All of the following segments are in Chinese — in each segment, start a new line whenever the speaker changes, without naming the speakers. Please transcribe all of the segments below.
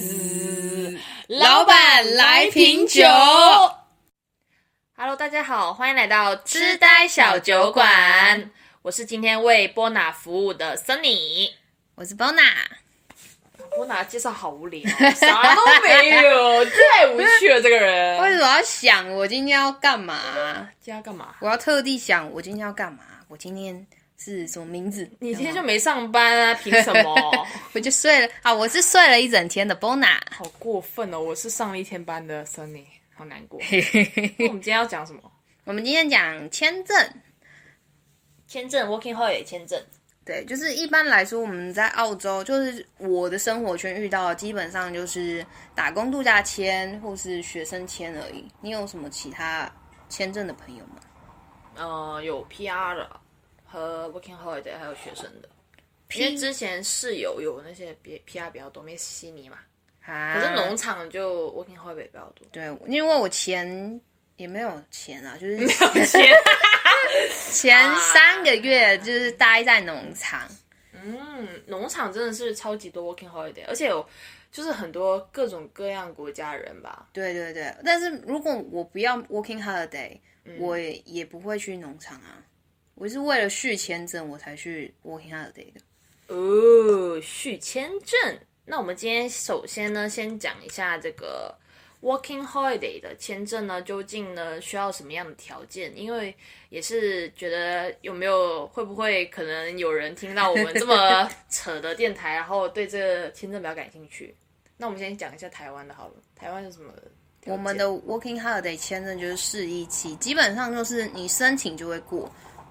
滋，
老板来瓶酒。
Hello，大家好，欢迎来到痴呆小酒馆。我是今天为波娜服务的森尼。
我是 Bona，
波娜介绍好无聊，啥都没有，太无趣了。这个
为
人，
什么要想我今天要干嘛？
今天要干嘛？
我要特地想我今天要干嘛？我今天是什么名字？
你今天
知
就
道吗
没上班啊？凭什么？
我就睡了啊！我是睡了一整天的 Bona。
好过分哦！我是上了一天班的森尼，好难 过。那我们今天要讲什么？
我们今天讲签证，
签证，working holiday 签证。
对，就是一般来说我们在澳洲，就是我的生活圈遇到的，基本上就是打工度假签或是学生签而已。你有什么其他签证的朋友吗？
呃，有 PR 的和 working holiday，还有学生的。因为之前室友有那些别 PR 比较多，没悉尼嘛，
啊，
可是农场就 working holiday 比较多。
对，因为我前也没有钱啊，就是
钱，
前三个月就是待在农场，
嗯， 农场真的是超级多 working holiday，而且有就是很多各种各样国家的人吧。
对对对。但是如果我不要 working holiday，、我也不会去农场啊。我是为了续签证我才去 working holiday 的。
哦，续签证。那我们今天首先呢，先讲一下这个 working holiday 的签证呢，究竟呢需要什么样的条件？因为也是觉得有没有会不会可能有人听到我们这 么扯的电台，然后对这个签证比较感兴趣。那我们先讲一下台湾的好了，台湾是什么条件？
我们的 working holiday 签证就是试一期，基本上就是你申请就会过。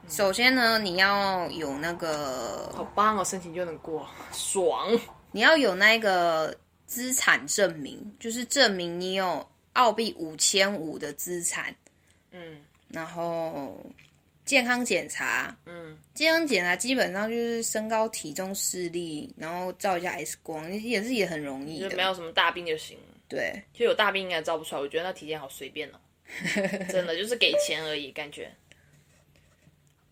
首先呢，你要有那个
好棒哦，申请就能过，爽！
你要有那个资产证明，就是证明你有澳币五千五的资产，
嗯
然后健康检查，
嗯，
健康检查基本上就是身高、体重、视力，然后照一下 X 光，也是也很容易
就
的。
没有什么大病就行了。
对，
就有大病应该招不出来，我觉得那体检好随 便哦，真的就是给钱而已，感觉。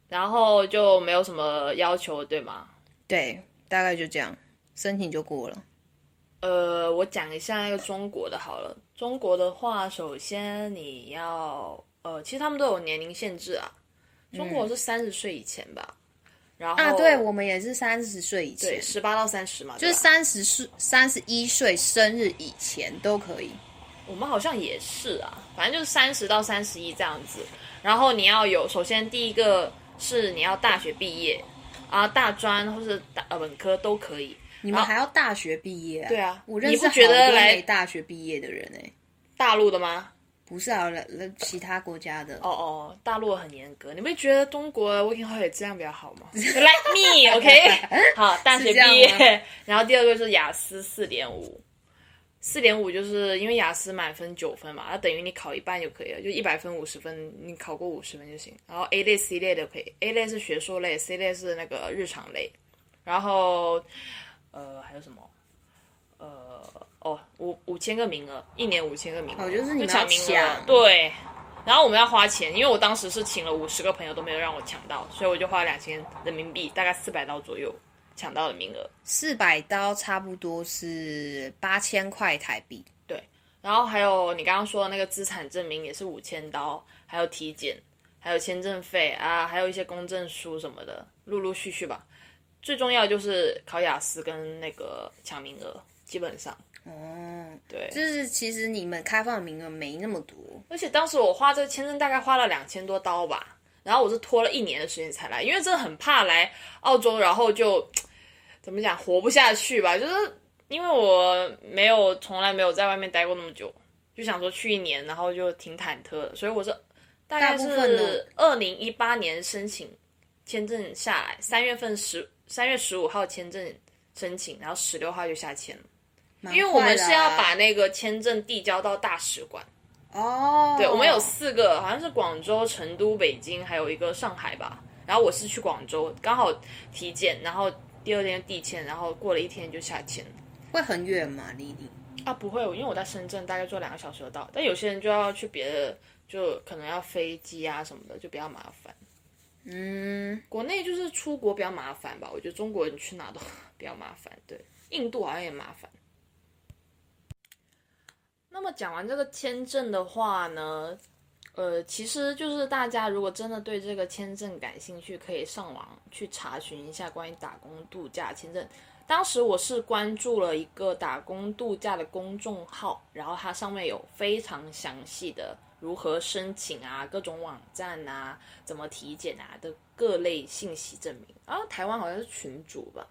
然后就没有什么要求，对吗？
对，大概就这样，申请就过了。
呃，我讲一下那个中国的好了。中国的话，首先你要呃，其实他们都有年龄限制啊。中国是三十岁以前吧，然后
嗯啊，对，我们也是三十岁以前，
十八到三十嘛，
就
就是
三十岁、三十一岁生日以前都可以。
我们好像也是啊，反正就是三十到三十一这样子。然后你要有，首先第一个是你要大学毕业啊，大专或是大呃本科都可以。
你们还要大学毕业啊？
对啊
我认
你
识
不觉得
好多
来
没大学毕业的人哎、
大陆的吗？
不是啊，来来其他国家的
哦哦，大陆很严格，你不觉得中国 working holiday 质量比较好 吗？Like me，OK？、好， 大学
是这样
毕
吗
业，然后第二个就是雅思四点五，四点五就是因为雅思满分九分嘛，它等于你考一半就可以了，就一百分五十分，你考过五十分就行。然后 A 类、C 类都可以，A 类是学术类，C 类是那个日常类，然后呃还有什么？呃哦，五五千个名额，一年五千个名额，
哦就是你们
抢
要
名额
抢，
对。然后我们要花钱，因为我当时是请了五十个朋友都没有让我抢到，所以我就花了两千人民币，大概四百刀左右抢到的名额。
四百刀差不多是八千块台币。
然后还有你刚刚说的那个资产证明也是五千刀，还有体检，还有签证费啊，还有一些公证书什么的，陆陆续续吧。最重要就是考雅思跟那个抢名额，基本上。
哦，
对
就是其实你们开放的名额没那么多，
而且当时我花这个签证大概花了两千多刀吧，然后我是拖了一年的时间才来，因为真的很怕来澳洲，然后就怎么讲活不下去吧，就是因为我没有从来没有在外面待过那么久，就想说去一年，然后就挺忐忑的，所以我是大概
大部分呢
是二零一八年申请签证下来，三月份十三月十五号签证申请，然后十六号就下签了，
蛮
因为我
快
们
的
是要
啊
把那个签证递交到大使馆。
哦，对
我们有四个，好像是广州、成都、北京，还有一个上海吧。然后我是去广州，刚好体检，然后第二天递签，然后过了一天就下签了
会很远嘛，离你
啊，不会，因为我在深圳，大概坐两个小时就到。但有些人就要去别的，就可能要飞机啊什么的，就比较麻烦。
嗯，
国内就是出国比较 麻烦吧，我觉得中国人去哪都比较麻烦。对，印度好像也麻烦。么讲完这个签证的话呢，呃，其实就是大家如果真的对这个签证感兴趣，可以上网去查询一下关于打工度假签证。当时我是关注了一个打工度假的公众号，然后它上面有非常详细的如何申请啊、各种网站啊、怎么体检啊的各类信息证明。然后台湾好像是群主吧，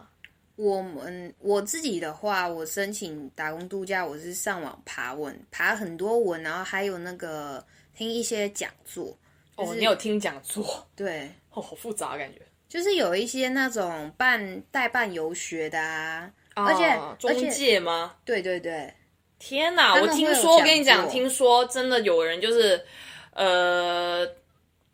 我们我自己的话，我申请打工度假，我是上网爬文，爬很多文，然后还有那个听一些讲座。
哦，你有听讲座？
对，
哦，好复杂的感觉。
就是有一些那种办代办游学的啊，而且
啊
而
中
且
介吗？
对对对，
天哪！我
们
听
会有
说，我跟你
讲
讲，
座
听说真的有人就是，呃，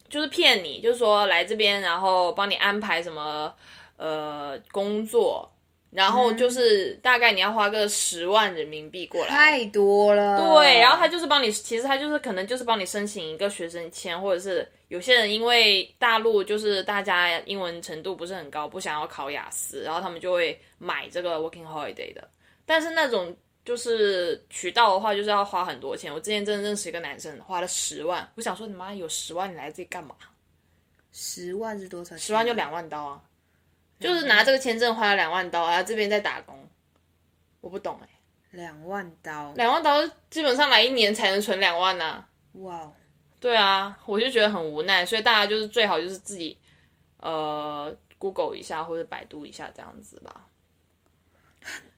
就是骗你，就是说来这边，然后帮你安排什么呃工作，然后
嗯
就是大概你要花个十万人民币过来。
太多了。
对，然后他就是帮你，其实他就是可能就是帮你申请一个学生签，或者是有些人因为大陆就是大家英文程度不是很高，不想要考雅思，然后他们就会买这个 working holiday 的。但是那种就是渠道的话，就是要花很多钱。我之前真的认识一个男生，花了十万，我想说你妈有十万，你来这里干嘛？
十万是多少？十
十万就两万刀啊，就是拿这个签证花了两万刀啊，这边在打工，我不懂哎、
两万刀，
两万刀基本上来一年才能存两万呐、啊。
哇哦！
对啊，我就觉得很无奈，所以大家就是最好就是自己呃 Google 一下或者百度一下这样子吧。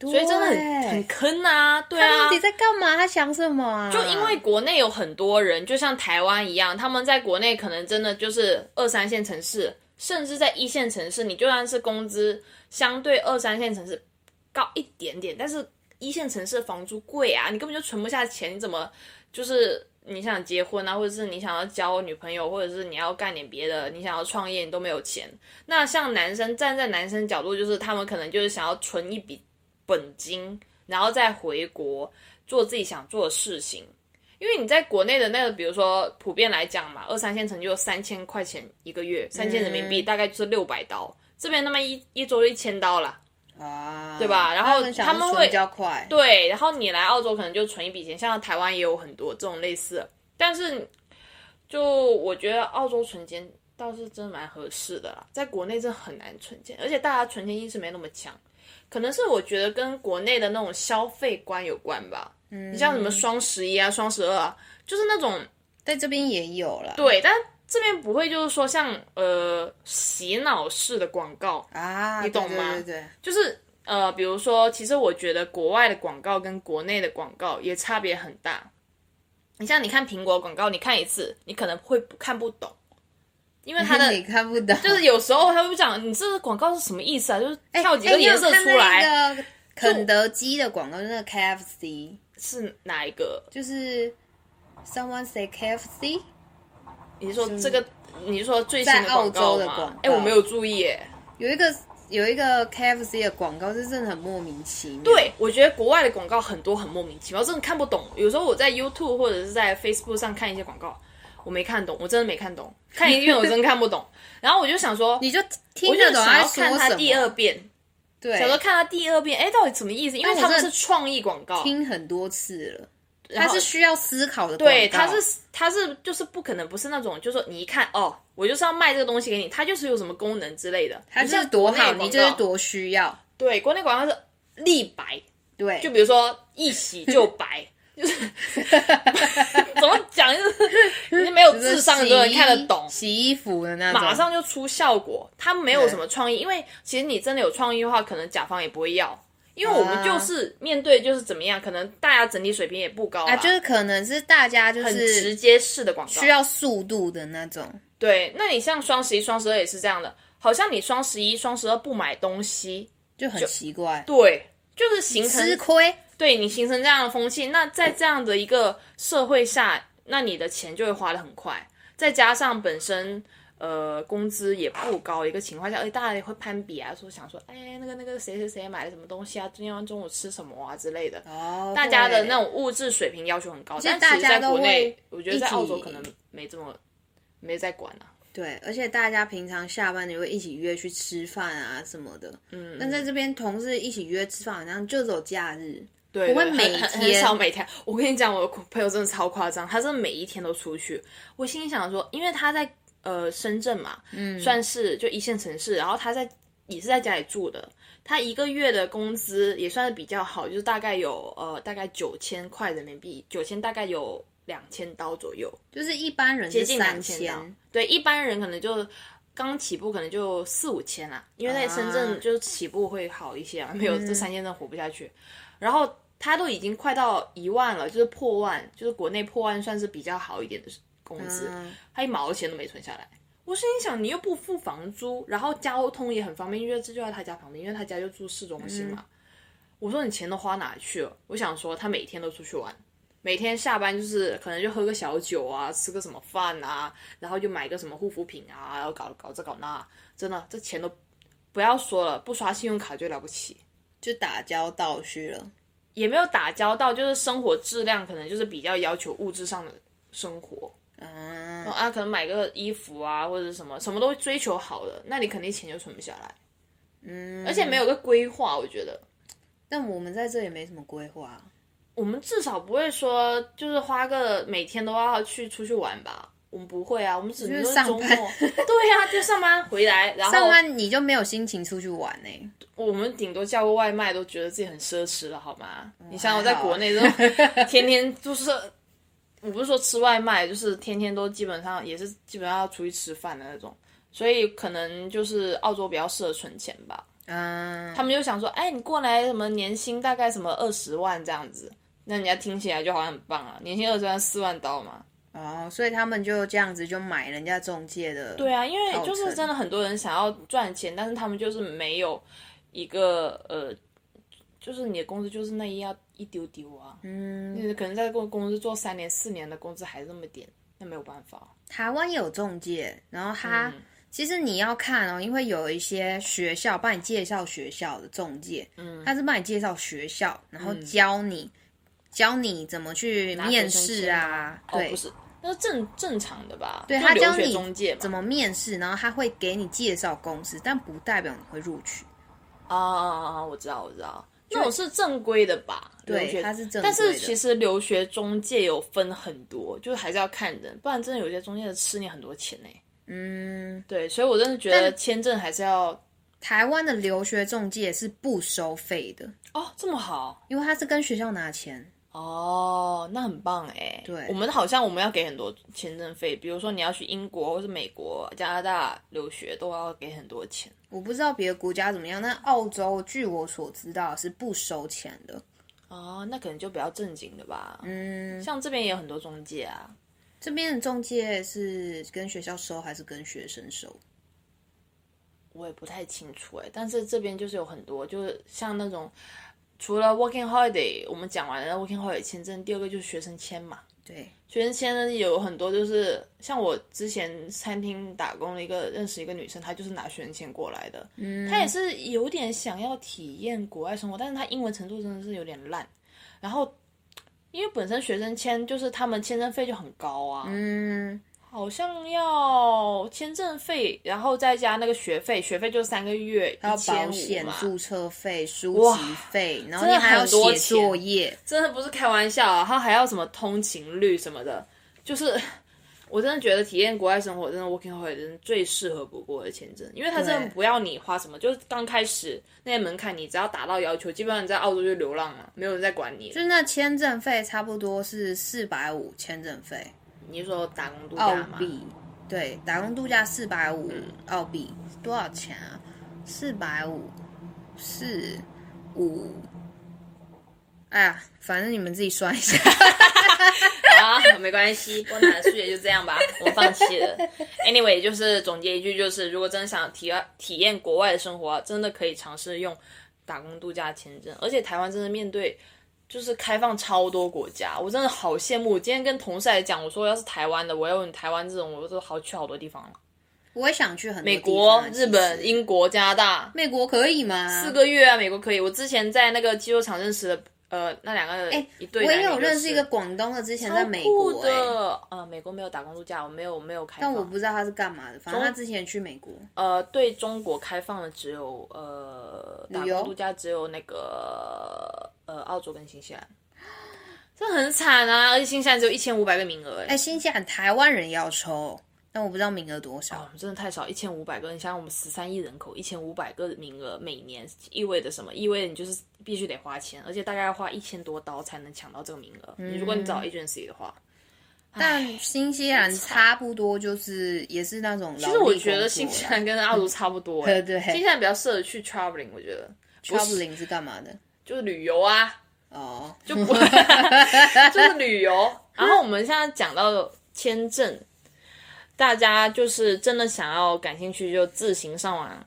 所
所以真的很很坑啊，对啊
到。底在干嘛？他想什么啊？就
就因为国内有很多人，就像台湾一样，他们在国内可能真的就是二三线城市，甚至在一线城市，你就算是工资相对二三线城市高一点点，但是一线城市的房租贵啊，你根本就存不下钱，你怎么就是你想结婚啊，或者是你想要交女朋友，或者是你要干点别的，你想要创业，你都没有钱。那像男生站在男生角度，就是他们可能就是想要存一笔本金，然后再回国做自己想做的事情。因为你在国内的那个，比如说普遍来讲嘛，二三线城就三千块钱一个月，三千人民币大概就是六百刀，这边那么一一周就一千刀啦。
啊，
对吧然后
他们想
他们
存
会
比较快，
对，然后你来澳洲可能就存一笔钱，像台湾也有很多这种类似的，但是就我觉得澳洲存钱倒是真的蛮合适的啦，在国内真的很难存钱，而且大家存钱意识没那么强，可能是我觉得跟国内的那种消费观有关吧。嗯，你像什么双十一啊、双十二啊，就是那种
在这边也有了。
对，但这边不会就是说像呃洗脑式的广告，
啊，你
懂吗
对对对，
就是呃，比如说，其实我觉得国外的广告跟国内的广告也差别很大。你像你看苹果广告，你看一次，你可能会不看不懂，因为它的
你看不懂，就
就是有时候它会讲你这个广告是什么意思啊，就是跳几
哎
个颜色出来、。
你有看那个肯德基的广告，就是那个 KFC，
是哪一个？
就是 Someone say KFC，
你是说这个？你是说最新
在
的
澳
广告
洲的广
吗
告？
哎、我没有注意耶。
有一个有一个 KFC 的广告，是真的很莫名其妙。，
对，我觉得国外的广告很多很莫名其妙，真的看不懂。有时候我在 YouTube 或者是在 Facebook 上看一些广告，我没看懂，我真的没看懂，看一遍我真的看不懂。 然后我就想说，
你就听
我就
得懂
想
他
要
说
看它
什
第二
么，
遍，
对，
想说看它第二遍，哎，到底什么意思？因为他
但我
们
真
是
的
创意广告，
听很多次了，
然
它
后
是需要思考的广告。
对，它是它是就是不可能不是那种，就是说你一看哦，我就是要卖这个东西给你，它就是有什么功能之类的。
它
不
就是
像
多
国内
好，
的广
你就是
告
多需要。
对国内广告是立白，
对，
就比如说一洗就白，就是 怎么讲，就是你没有智商的人看得懂，
洗衣服的那种，
马上就出效果。他没有什么创意，因为其实你真的有创意的话，可能甲方也不会要，因为我们
啊
就是面对就是怎么样，可能大家整体水平也不高啊
啊，就是可能是大家就
很直
是
接式的广告
需。要速度的那种。
对，那你像双十一、双十二也是这样的，好像你双十一、双十二不买东西，
就很奇怪，
对，就是形成
吃亏。
对你形成这样的风气，那在这样的一个社会下，那你的钱就会花的很快，再加上本身呃工资也不高的一个情况下，而哎且大家也会攀比啊，说想说，哎，那个那个谁谁谁买了什么东西啊，今天中午吃什么啊之类的，
哦，
大家的那
种
种物质水平要求很高，
且
但其实
大家
在
都
国内
会，
我觉得在
一起
澳洲可能没这么没在管啊。
对，而且大家平常下班你会一起约去
嗯
吃饭啊什么的，嗯，但在这边同事一起约吃饭，好像就只有假日，
对，
不会
对
每
很很很
天
少每天。我跟你讲，我的朋友真的超夸张，他真的每一天都出去。我心里想说，因为他在呃深圳嘛，嗯，算是就一线城市，然后他在也是在家里住的，他一个月的工资也算是比较好，就是大概有呃大概九千块人民币，九千大概有两千刀左右，
就是一般人
接
是
近
三
两千刀
千，。
对，一般人可能就。刚起步可能就四五千啦、因为在深
啊
圳就是起步会好一些啊，没有这三千真的活不下去。然后他都已经快到一万了，就是破万，就是国内破万算是比较好一点的工资，
嗯
他一毛钱都没存下来。我心里想，你又不付房租，然后交通也很方便，因为这就在他家旁边，因为他家就住市中心嘛。我说你钱都花哪去了？我想说他每天都出去玩，每天下班就是可能就喝个小酒啊，吃个什么饭啊，然后就买个什么护肤品啊，然后搞搞这搞那，真的这钱都不要说了，不刷信用卡就了不起。
就打交道去了。
也没有打交道，就是生活质量可能就是比较要求物质上的生活
嗯，
啊，可能买个衣服啊或者什么，什么都追求好的，那你肯定钱就存不下来，嗯，而且没有个规划，我觉得
但我们在这也没什么规划，啊
我们至少不会说就是花个每天都要去出去玩吧，我们不会啊，我们只能
就是是上
周末，
班
对呀、就上班回来，然后
上班你就没有心情出去玩呢、
我们顶多叫个外卖都觉得自己很奢侈了，好吗？你想我在
还好啊
国内 都天天就是，我不是说吃外卖，就是天天都基本上也是基本上要出去吃饭的那种，所以可能就是澳洲比较适合存钱吧。
嗯，
他们就想说，哎，你过来什么年薪大概什么二十万这样子，那人家听起来就好像很棒啊，年薪二十万四万刀嘛。
哦，所以他们就这样子就买人家中介的，
对啊，因为就
造
是
成
真的很多人想要赚钱，但是他们就是没有一个呃，就是你的工资就是那一样一丢丢啊，
嗯，
你可能在公公司做三年四年的工资还是那么点，那没有办法。
台湾也有中介，然后他、
嗯
其实你要看哦，因为有一些学校帮你介绍学校的中介，嗯，他是帮你介绍学校，然
嗯
后教你、教你怎么去面试啊，
哦
对，
不是，那是正正常的吧？
对
就
他
留
教
学
你
中介嘛，
怎么面试，然后他会给你介绍公司，但不代表你会录取。
啊啊啊啊！我知道，我知道，那种是正规的吧？
对
留学
它是正规的
但是其实留学中介有分很多，就是还是要看人，不然真的有些中介吃你很多钱呢、
嗯，
对，所以我真的觉得签证还是要
台湾的留学中介是不收费的，
哦，这么好
因为他是跟学校拿钱。
哦，那很棒哎。
对
我们好像我们要给很多签证费，比如说你要去英国或是美国、加拿大留学，都要给很多钱。
我不知道别的国家怎么样，但澳洲据我所知道是不收钱的。
哦，那可能就比较正经的吧。
嗯，
像这边也有很多中介啊，
这边的中介是跟学校收还是跟学生收？
我也不太清楚哎、但是这边就是有很多，就是像那种除了 working holiday，我们讲完了 working holiday 签证，第二个就是学生签嘛。
对，
学生签呢有很多，就是像我之前餐厅打工的一个认识一个女生，她就是拿学生签过来的，嗯，她也是有点想要体验国外生活，但是她英文程度真的是有点烂，然后因为本身学生签就是他们签证费就很高啊，
嗯，
好像要签证费，然后再加那个学费，学费就三个月
还
一
有
千
保
五
险、
嘛，
注册费、书籍费，然后你
真的
还要
很多
写
钱
作业。
真的不是开玩笑啊！他还要什么通勤率什么的，就是 我真的觉得体验国外生活，真的 working holiday 真的最适合不过的签证，因为他真的
对
不要你花什么，就是刚开始那些门槛，你只要达到要求，基本上你在澳洲就流浪了，没有人在管你。
就那签证费差不多是四百五签证费
你是说打工度
澳
假嘛，
币，对，打工度假四百五
嗯
澳币多少钱啊？四百五，四五，哎呀，反正你们自己算一下。
啊，没关系，波兰的数学就这样吧，我放弃了。Anyway，就是总结一句，就是如果真的想体体验国外的生活啊，真的可以尝试用打工度假签证，而且台湾真的面对。就是开放超多国家，我真的好羡慕。我今天跟同事来讲，我说要是台湾的，我要问台湾这种，我都好去好多地方了，
我也想去很多
美
美
国、日本、英国、加拿大，
美国可以吗？
四个月啊，美国可以。我之前在那个肌肉场认识的呃，那两个一对
哎
男女就是、
我也有认识一个广东的，之前在美
酷
国、欸，
的，呃，美国没有打工度假，我没有没有开放，
但我不知道他是干嘛的，反正他之前去美国，
呃，对中国开放的只有呃打
旅游
工度假只有那个呃澳洲跟新西兰，这很惨啊！而且新西兰只有一千五百个名额、欸，
哎、新西兰台湾人也要抽，但我不知道名额多少。
我们真的太少，一千五百个，你想想我们十三亿人口，一千五百个名额，每年意味着什么？意味着你就是必须得花钱，而且大概要花一千多刀才能抢到这个名额。你如果你找 agency 的话，
嗯但新西兰差不多就是也是那种，其
其实我觉得新西兰跟澳洲差不多、欸，
嗯对
新西兰比较适合去 traveling，我觉得
traveling 是干嘛的？
就是旅游 啊，
哦，
就不就是旅游。然后我们现在讲到签证，大家就是真的想要感兴趣就自行上网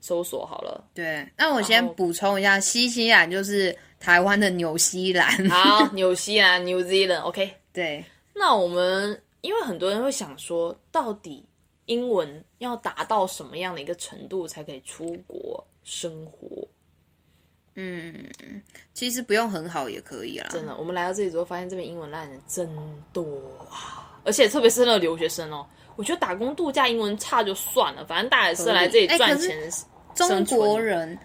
搜索好了。
对，那我先
哦
补充一下，新西兰就是台湾的纽西兰，
好，纽西兰 （New Zealand），OK、
对，
那我们因为很多人会想说，到底英文要达到什么样的一个程度才可以出国生活？
其实不用很好也可以啦。
真的，我们来到这里之后，发现这边英文烂人真多啊！而且特别是那个留学生哦，我觉得打工度假英文差就算了，反正大家也是来这里
哎
赚
可是
钱，
中
生存
国人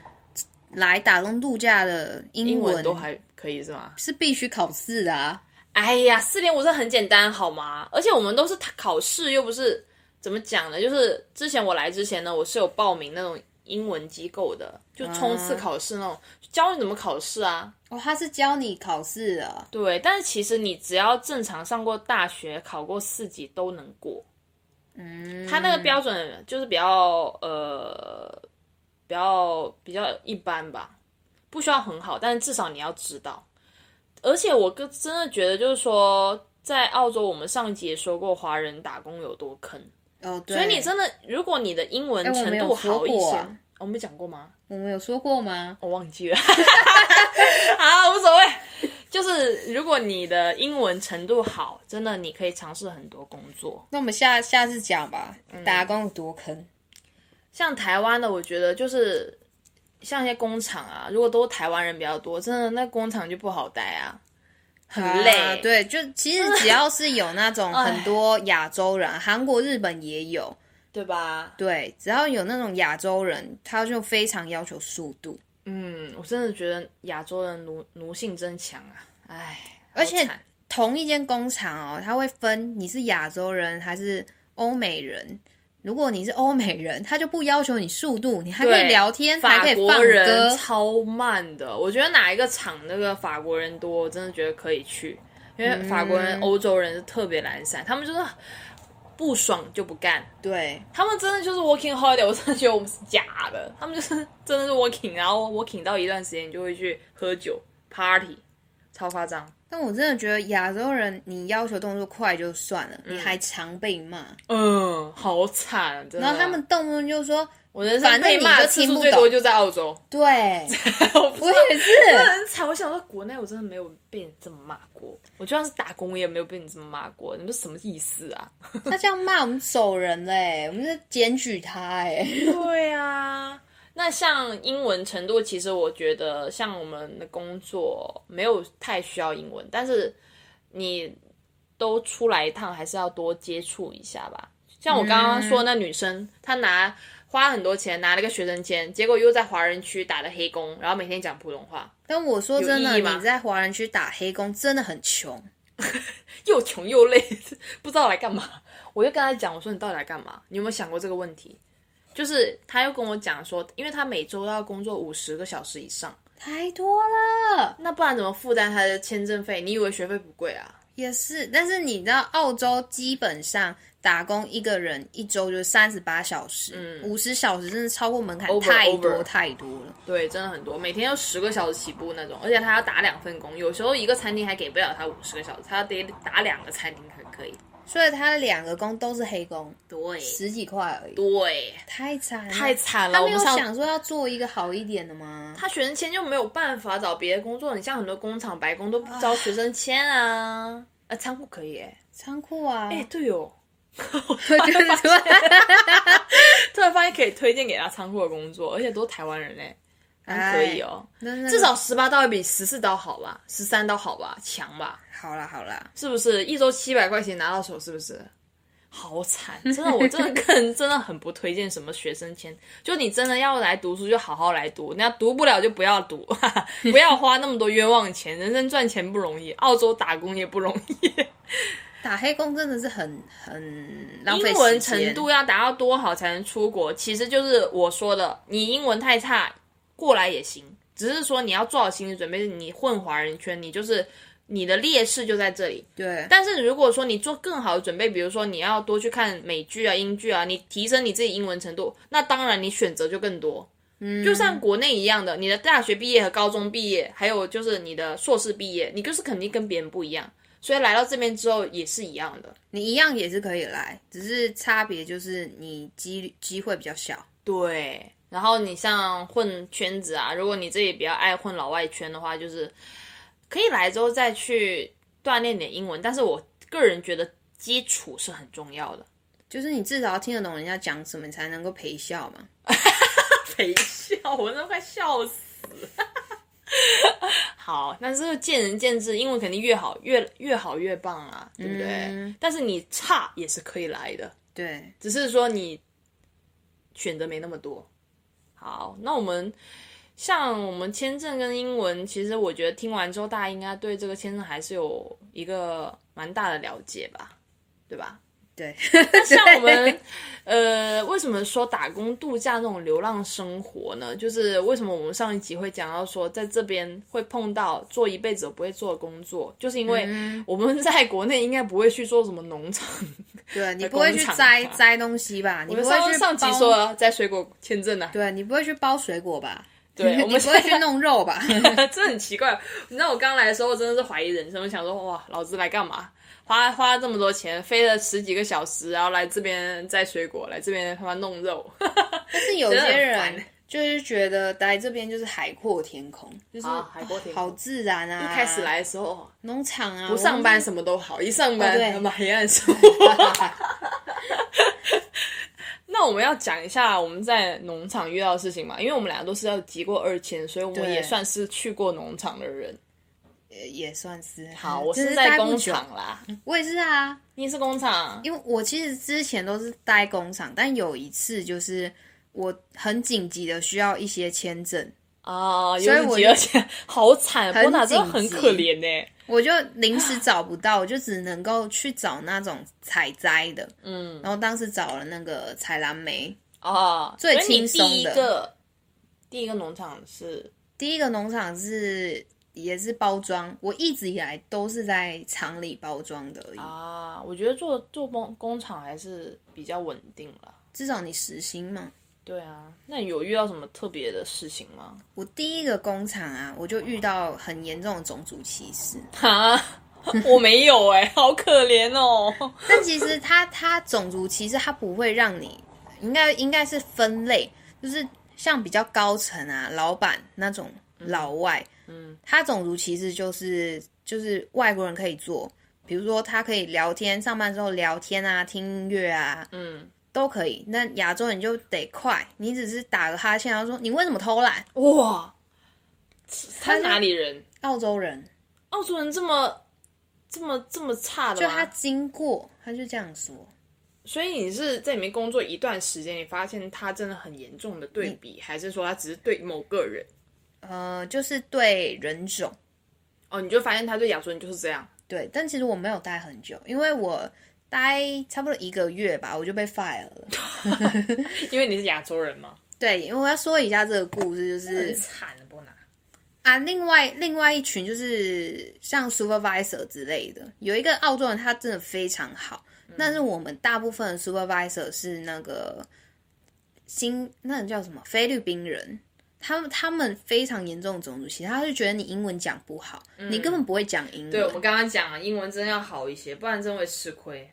来打工度假的英
英文
文
都还可以是吗？
是必须考试的啊。
哎呀，四点五是很简单好吗？而且我们都是考试，又不是怎么讲呢？就是之前我来之前呢，我是有报名那种英文机构的，就冲刺考试那种，教你怎么考试啊。
哦，他是教你考试的，哦
对，但是其实你只要正常上过大学，考过四级都能过。
嗯，
他那个标准就是比较呃，比较比较一般吧，不需要很好，但是至少你要知道。而且我个真的觉得，就是说，在澳洲，我们上一集也说过，华人打工有多坑，
哦，对，哎
所以你真的，如果你的英文
我
程
没有
度好一
说过
些，哦
啊
我们讲过吗？
我们有说过吗？
我忘记了， 好，无所谓。就是如果你的英文程度好，真的你可以尝试很多工作。
那我们下下次讲吧，
嗯
打工有多坑。
像台湾的，我觉得就是像一些工厂啊，如果都是台湾人比较多，真的那工厂就不好待啊，很累。哎
啊对，就其实只要是有那 种很多亚洲人，韩国、日本也有，
对吧？
对，只要有那种亚洲人，他就非常要求速度，
嗯，我真的觉得亚洲人奴奴性真强啊，唉，而
且同一间工厂哦，它会分你是亚洲人还是欧美人。如果你是欧美人，他就不要求你速度，你还可以聊天，还
法
可以放
国人
歌。
超慢的，我觉得哪一个厂那个法国人多，我真的觉得可以去，因为法国
嗯
人、欧洲人是特别懒散，他们就是不爽就不干，
对，
他们真的就是 working holiday，我真的觉得我们是假的，他们就是 真的是 working，然后 working 到一段时间就会去喝酒 party，超夸张。
但我真的觉得亚洲人，你要求动作快就算了，你还常被骂，
嗯，好惨，真的。
然后他们动不动就说
我人
反
生
正
被
你
骂
就
次
听
数
不
最
懂
多就在澳洲，：“
对， 我也是。
很惨。我想说，国内我真的没有被你这么骂过，我就算是打工我也没有被你这么骂过，你们什么意思啊？”
他这样骂我们走人嘞、我们在检举他哎、
对啊，那像英文程度，其实我觉得像我们的工作没有太需要英文，但是你都出来一趟，还是要多接触一下吧。像我刚刚说那女生，她拿花很多钱拿了个学生签，结果又在华人区打了黑工，然后每天讲普通话，
但我说真的，
有意义吗
你在华人区打黑工真的很穷。
又穷又累， 不知道来干嘛。我就跟他讲，我说你到底来干嘛？你有没有想过这个问题？就是他又跟我讲说，因为他每周要工作五十个小时以上，
太多了，
那不然怎么负担他的签证费？你以为学费不贵啊？
也是。但是你知道，澳洲基本上打工一个人一周就是三十八小时，五十、小时真的超过门槛
嗯 Over，
太多
over
太多了。
对，真的很多，每天要十个小时起步那种，而且他要打两份工，有时候一个餐厅还给不了他五十个小时，他得打两个餐厅才可以。
所以他两个工都是黑工，
对，
十几块而已，
对，
太惨了，
太惨了。
他
我
没有
们上
想说要做一个好一点的吗？
他学生签就没有办法找别的工作，你像很多工厂白工都不招学生签啊，啊，仓库可以哎、
仓库啊，
哎、对哦，
我觉得突然
突然发现可以推荐给他仓库的工作，而且都是台湾人嘞、还可以哦。
哎那那
至少十八刀也比十四刀好吧，十三刀好吧，强吧？
好啦好啦，
是不是？一周七百块钱拿到手，是不是？好惨，真的，我真的个 人真的很不推荐什么学生签。就你真的要来读书，就好好来读，那读不了就不要读， 不要花那么多冤枉 钱。人生赚钱不容易，澳洲打工也不容易。
打黑工真的是很很浪费
英文
时
程
间
度要达到多好才能出国？其实就是我说的，你英文太差，过来也行，只是说你要做好心理准备，你混华人圈，你就是你的劣势就在这里。
对，
但是如果说你做更好的准备，比如说你要多去看美剧啊、英剧啊，你提升你自己英文程度，那当然你选择就更多。嗯，就像国内一样的，你的大学毕业和高中毕业，还有就是你的硕士毕业，你就是肯定跟别人不一样，所以来到这边之后也是一样的。
你一样也是可以来，只是差别就是你机机会比较小。
对，然后你像混圈子啊，如果你自己比较爱混老外圈的话，就是可以来之后再去锻炼点英文，但是我个人觉得基础是很重要的。
就是你至少要听得懂人家讲什么，你才能够陪笑嘛。
陪笑，我都快笑死。 好，但是见仁见智，英文肯定越好越越好越棒啊，对不对？
嗯
但是你差也是可以来的，
对，
只是说你选择没那么多。好，那我们像我们签证跟英文，其实我觉得听完之后，大家应该对这个签证还是有一个蛮大的了解吧，对吧？
对，
像我们，呃，为什么说打工度假那种流浪生活呢？就是为什么我们上一集会讲到说，在这边会碰到做一辈子都不会做的工作，就是因为我们在国内应该不会去做什么农场。
对你不会去摘
工厂吧
摘东西吧？你不
上
会去
上集
包
说了摘水果签证呢、
对你不会去包水果吧？
对，
你
我们
不会去弄肉吧？
这很奇怪。你知道我刚来的时候，真的是怀疑人生，我想说哇，老子来干嘛？花花这么多钱，飞了十几个小时，然后来这边摘水果，来这边他妈弄肉。
但是有
真的
些
很
人
烦
就是觉得来这边就是海阔天空，就是
啊海阔天空
好自然啊。
一开始来的时候，
农场啊，
不上班什么都好，一上
哦
班
对
他妈黑暗 生
我
活。
们，
那我们要讲一下我们在农场遇到的事情嘛，因为我们俩都是要集过二千，所以我们
对
也算是去过农场的人。
也也算是
好，我
嗯就是待
在
不
工
久
厂啦，
我也是啊，
你也是工厂，
因为我其实之前都是待工厂，但有一次就是我很紧急的需要一些签证，
啊，
所以
有
我
几而且好惨，
很
波娜真的
紧
很
急
可怜呢、
我就临时找不到，我就只能够去找那种采摘的，嗯，然后当时找了那个采蓝莓。
啊，
最
所以你
轻松的
第一个第一个农场是
第一个农场是也是包装，我一直以来都是在厂里包装的而已，
啊，我觉得做做工工厂还是比较稳定啦。
至少你时薪嘛。
对啊，那你有遇到什么特别的事情吗？
我第一个工厂啊，我就遇到很严重的种族歧视，
啊， 我没有哎、 好可怜哦。
但其实它它种族歧视它不会让你，应该应该是分类，就是像比较高层啊，老板那种老外，嗯，他种族歧视就是就是外国人可以做，比如说他可以聊天，上班之后聊天啊，听音乐啊，
嗯，
都可以。那亚洲人就得快，你只是打个哈欠，然后说你为什么偷懒？
哇，他是哪里人？
澳洲人
澳洲人这么这么这么差的
就
吗
他经过，他就这样说。
所以你是在里面工作一段时间，你发现他真的很严重的对比，还是说他只是对某个人？
呃，就是对人种，
哦，你就发现他对亚洲人就是这样。
对，但其实我没有待很久，因为我待差不多一个月吧，我就被 fire 了。
因为你是亚洲人嘛，
对，因为我要说一下这个故事，就是
惨的不拿。
啊，另外另外一群就是像 supervisor 之类的，有一个澳洲人他真的非常好，
嗯
但是我们大部分的 supervisor 是那个新那个叫什么菲律宾人。他们他们非常严重的种族歧视，他就觉得你英文讲不好，你根本不会讲英文。
嗯对，我们刚刚讲了，英文真的要好一些，不然真的会吃亏。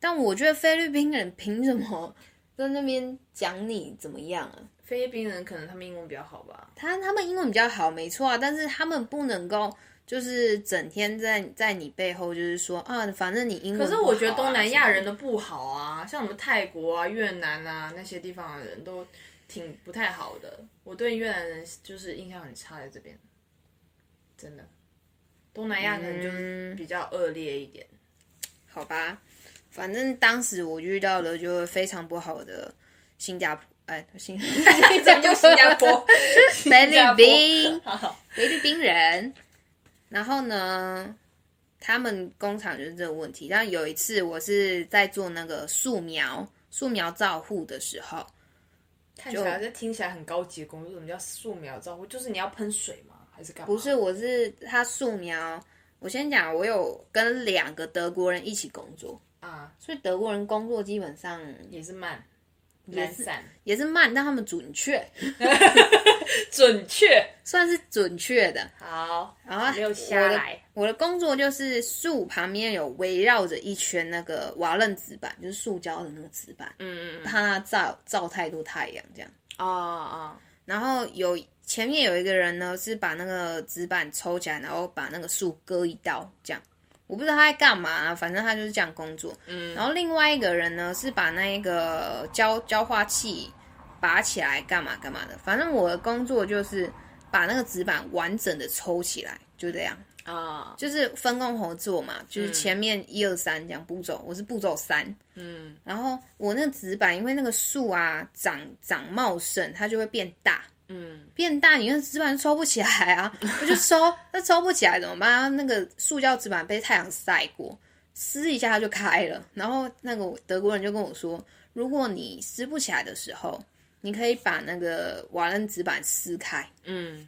但我觉得菲律宾人凭什么在那边讲你怎么样啊？
菲律宾人可能他们英文比较好吧？
他他们英文比较好，没错啊，但是他们不能够就是整天在在你背后就是说啊，反正你英文、啊
可是我觉得东南亚人。的不好啊，像我们泰国啊、越南啊那些地方的人都挺不太好的。我对越南人就是印象很差，在这边，真的。东南亚可能就是比较恶劣一点。
好吧，反正当时我遇到了就非常不好的新加坡，哎，新 怎么就新加 坡菲律宾菲律宾人。然后呢，他们工厂就是这个问题。但有一次我是在做那个素描素描照护的时候，
看起来这听起来很高级的工作，什么叫素描照顾？就是你要喷水吗？还是干嘛？
不是，我是他素描。我先讲，啊我有跟两个德国人一起工作，
啊，
所以德国人工作基本上
也是慢，懒散，
也是慢，但他们准确，
准确。哦
算是准确的。
好，然
然后
没有
我
下
的
来。
我的工作就是树旁边有围绕着一圈那个瓦楞纸板，就是塑胶的那个纸板，
嗯嗯嗯。
怕它照照太多太阳这样。
哦哦。
然后有前面有一个人呢，是把那个纸板抽起来，然后把那个树割一刀，这样。我不知道他在干嘛、啊反正他就是这样工作。嗯，然后另外一个人呢，是把那个浇浇花器拔起来，干嘛干嘛的。反正我的工作就是把那个纸板完整的抽起来，就这样。
啊，
就是分工合作嘛，就是前面一二三这样步骤，我是步骤三。
嗯，
然后我那个纸板，因为那个树啊长长茂盛，它就会变大，
嗯，
变大，你那纸板抽不起来 啊，我就抽，那抽不起来怎么办？那个塑胶纸板被太阳晒过，撕一下它就开了。然后那个德国人就跟我说，如果你撕不起来的时候，你可以把那个瓦楞纸板撕开。
嗯，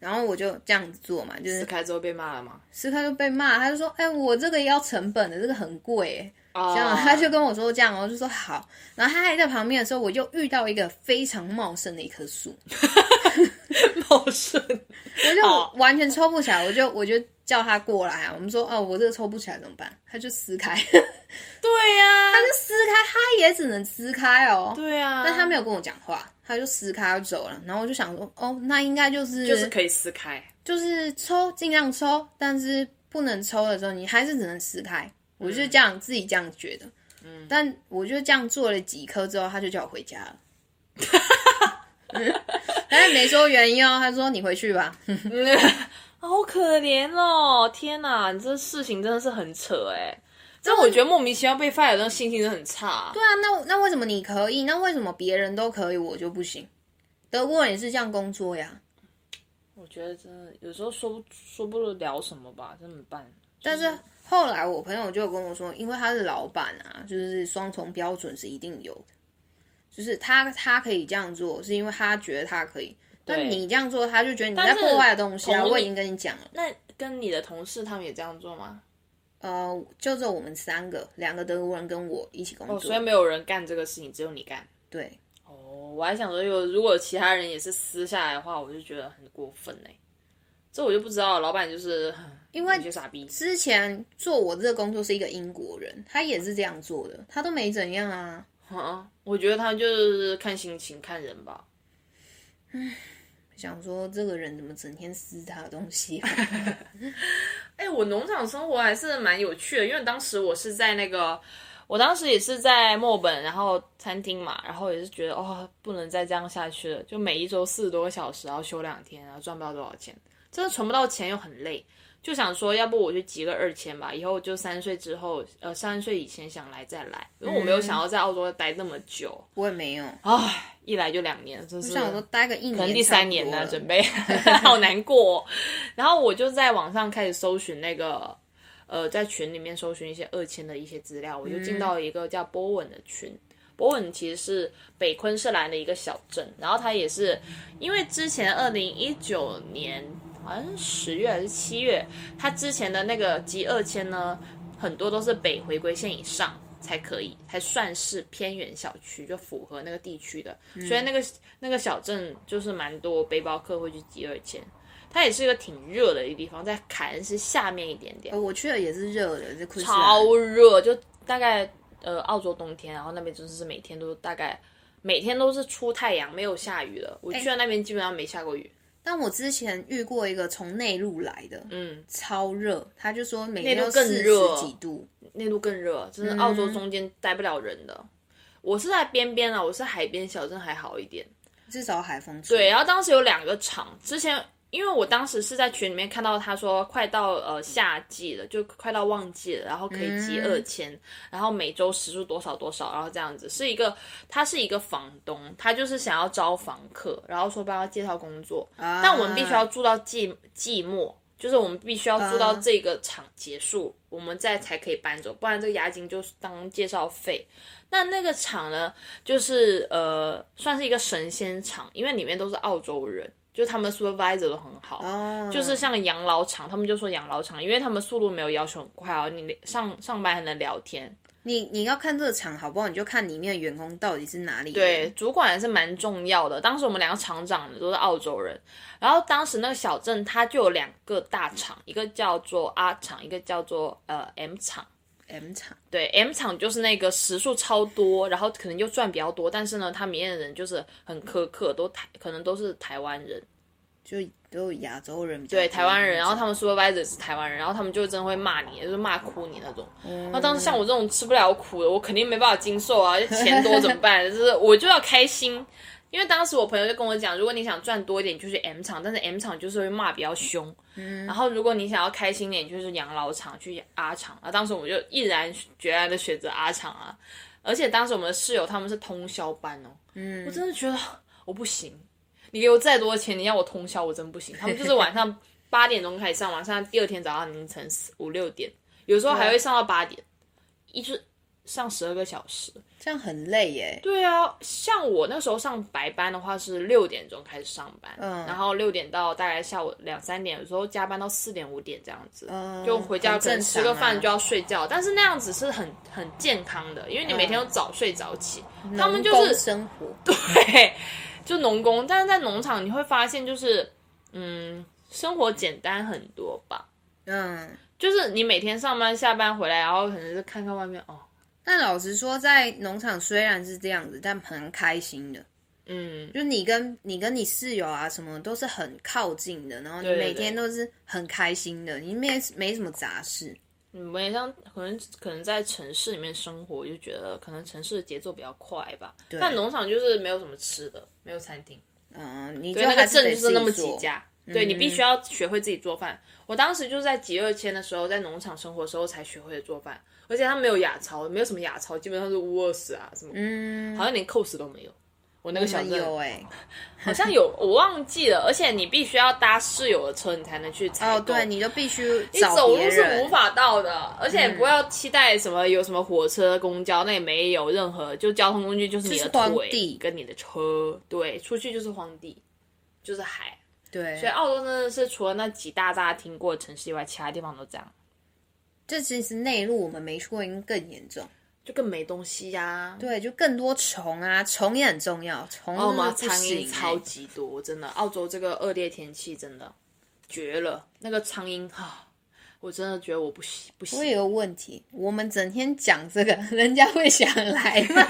然后我就这样子做嘛，就是
撕开之后被骂了吗？
斯开就被骂，他就说：“哎、我这个也要成本的，这个很贵耶。”
这
这样，他
哦
就跟我说这样，我就说好。然后他还在旁边的时候，我就遇到一个非常茂盛的一棵树，
茂盛，
我
哦
就完全抽不起来，我就我就叫他过来啊。我们说：“哦，我这个抽不起来怎么办？”他就撕开，
对呀、
他就撕开，他也只能撕开哦。
对啊呀、
但他没有跟我讲话，他就撕开就走了。然后我就想说：“哦，那应该就是
就是可以撕开，
就是抽，尽量抽，但是不能抽的时候，你还是只能撕开。我就这样、自己这样觉得，嗯，但我就这样做了几颗之后，他就叫我回家了。 但是没说原因哦，他说你回去吧。
好可怜哦！天哪，你这事情真的是很扯哎、但我觉得莫名其妙被 fire 的心情真的很差。
对啊，那那为什么你可以？那为什么别人都可以，我就不行？德国人也是这样工作呀，
我觉得真的有时候说不说不了什么吧，真的没办法。
但是后来我朋友就有跟我说，因为他是老板啊，就是双重标准是一定有的，就是他他可以这样做，是因为他觉得他可以，但你这样做，他就觉得你在
但是
破坏东西啊。
同理
我已经跟你讲了，
那跟你的同事他们也这样做吗？
呃，就只有我们三个，两个德国人跟我一起工
哦，
作，
所以没有人干这个事情，只有你干。
对，
哦，我还想说，有如果其他人也是撕下来的话，我就觉得很过分哎、这我就不知道，老板就是因
为
有些傻逼。
之前做我这个工作是一个英国人，他也是这样做的，他都没怎样啊。
嗯，我觉得他就是看心情、看人吧。
想说这个人怎么整天撕他的东西啊、
哎、我农场生活还是蛮有趣的，因为当时我是在那个，我当时也是在墨尔本，然后餐厅嘛，然后也是觉得哦，不能再这样下去了，就每一周四十多个小时，然后休两天，然后赚不到多少钱，真的存不到钱又很累，就想说，要不我就集个二千吧，以后就三十岁之后，呃，三十岁以前想来再来，因为我没有
嗯
想要在澳洲待那么久，
我也没有，
唉，一来就两年，真哦是。啊
我想说待个一年，
第三年呢，
了，
准备 好难过、哦。 然后我就在网上开始搜寻那个，呃，在群里面搜寻一些二签的一些资料，我就进到一个叫波文的群。波文其实是北昆士兰的一个小镇，然后它也是因为之前二零一九年好像是十月还是七月，它之前的那个集二签呢，很多都是北回归线以上。才可以，才算是偏远小区，就符合那个地区的。所以那个那个小镇就是蛮多背包客会去集二签，它也是一个挺热的一个地方，在凯恩市下面一点点，
我去了也是啊热的，这昆士兰
超热，就大概呃澳洲冬天，然后那边真是每天都大概每天都是出太阳，没有下雨的。我去了那边基本上没下过雨，
但我之前遇过一个从内陆来的，
嗯，
超热，他就说每天
内
都
陆更
四
热
十几度，
内陆更热，真的澳洲中间待不了人的。我是在边边啊，我是海边小镇还好一点。
至少海风吹。
对，然后啊当时有两个场，之前因为我当时是在群里面看到他说快到呃夏季了，就快到旺季了，然后可以集二千、然后每周时数多少多少，然后这样子是一个，他是一个房东，他就是想要招房客，然后说帮他介绍工作，
啊，
但我们必须要住到季季末，就是我们必须要住到
啊
这个场结束，我们再才可以搬走，不然这个押金就是当介绍费。那那个场呢，就是呃，算是一个神仙场，因为里面都是澳洲人，就他们 supervisor 都很好。
哦，
就是像养老场，他们就说养老场，因为他们速度没有要求很快哦，你上上班还能聊天，
你你要看这个场好不好，你就看里面的员工到底是哪里人。
对，主管也是蛮重要的。当时我们两个厂长都是澳洲人，然后当时那个小镇它就有两个大厂，一个叫做 R 厂，一个叫做呃 M 厂。
M 场
对，M 厂就是那个时数超多，然后可能就赚比较多，但是呢，它里面的人就是很苛刻，都台可能都是台湾人，
就都有亚洲人比较多，
对台湾人，然后他们 supervisor 是台湾人，然后他们就真的会骂你，就是骂哭你那种。然后当时像我这种吃不了苦的，我肯定没办法经受啊，钱多怎么办？就是我就要开心。因为当时我朋友就跟我讲，如果你想赚多一点，你就去 M 厂，但是 M 厂就是会骂比较凶。然后如果你想要开心一点，就是养老厂去 R 厂啊。当时我就毅然决然的选择 R 厂啊，而且当时我们的室友他们是通宵班哦，嗯，我真的觉得我不行，你给我再多的钱，你要我通宵，我真不行。他们就是晚上八点钟开始上，晚上第二天早上凌晨四五六点，有时候还会上到八点，一直上十二个小时。
这样很累耶。
对啊，像我那时候上白班的话是六点钟开始上班，
嗯
然后六点到大概下午两三点，有时候加班到四点五点这样子，
嗯
就回家
很
可能
正
吃个
常啊
饭就要睡觉，但是那样子是很很健康的，因为你每天都早睡早起，他们就
嗯农
是
工生活，
对，就农工，但是在农场你会发现，就是嗯，生活简单很多吧。
嗯。
就是你每天上班下班回来，然后可能是看看外面哦，
但老实说，在农场虽然是这样子，但蛮开心的。
嗯，
就你跟你跟你室友啊，什么都是很靠近的，然后你
对对
每天都是很开心的，你没没什么杂事。
你们也像可能可能在城市里面生活，就觉得可能城市的节奏比较快吧。但农场就是没有什么吃的，没有餐厅，
嗯，你就
对，那个
还是
镇
得
就
自
是
己
那么几
做。
家。对你必须要学会自己做饭。我当时就在集二千的时候，在农场生活的时候才学会了做饭，而且它没有雅超，没有什么雅超，基本上是 w o r s 啊什么
嗯，
好像连 cos 都没有。我那个小
很
镇
有哎、
好像有，我忘记了。而且你必须要搭室友的车，你才能去采
哦，
购
对，你就必须
你走
找
路
别
是
人。嗯
无法到的，而且也不要期待什么有什么火车、公交，那也没有任何，就交通工具就是你的
就是荒
腿
地
跟你的车，对，出去就是荒地，就是海。
对
所以，澳洲真的是啊除了那几大大家听过的城市以外，其他地方都这样，
这其实内陆我们没去过，应该更严重。
就更没东西呀、
对，就更多虫啊，虫也很重要，虫
哦
真
妈，
的不
苍
行、
蝇超
欸。
级多，真的，澳洲这个恶劣天气真的绝了。那个苍蝇啊，我真的觉得我不行不
我
行。
有个问题，我们整天讲这个， 人家会想来 吗？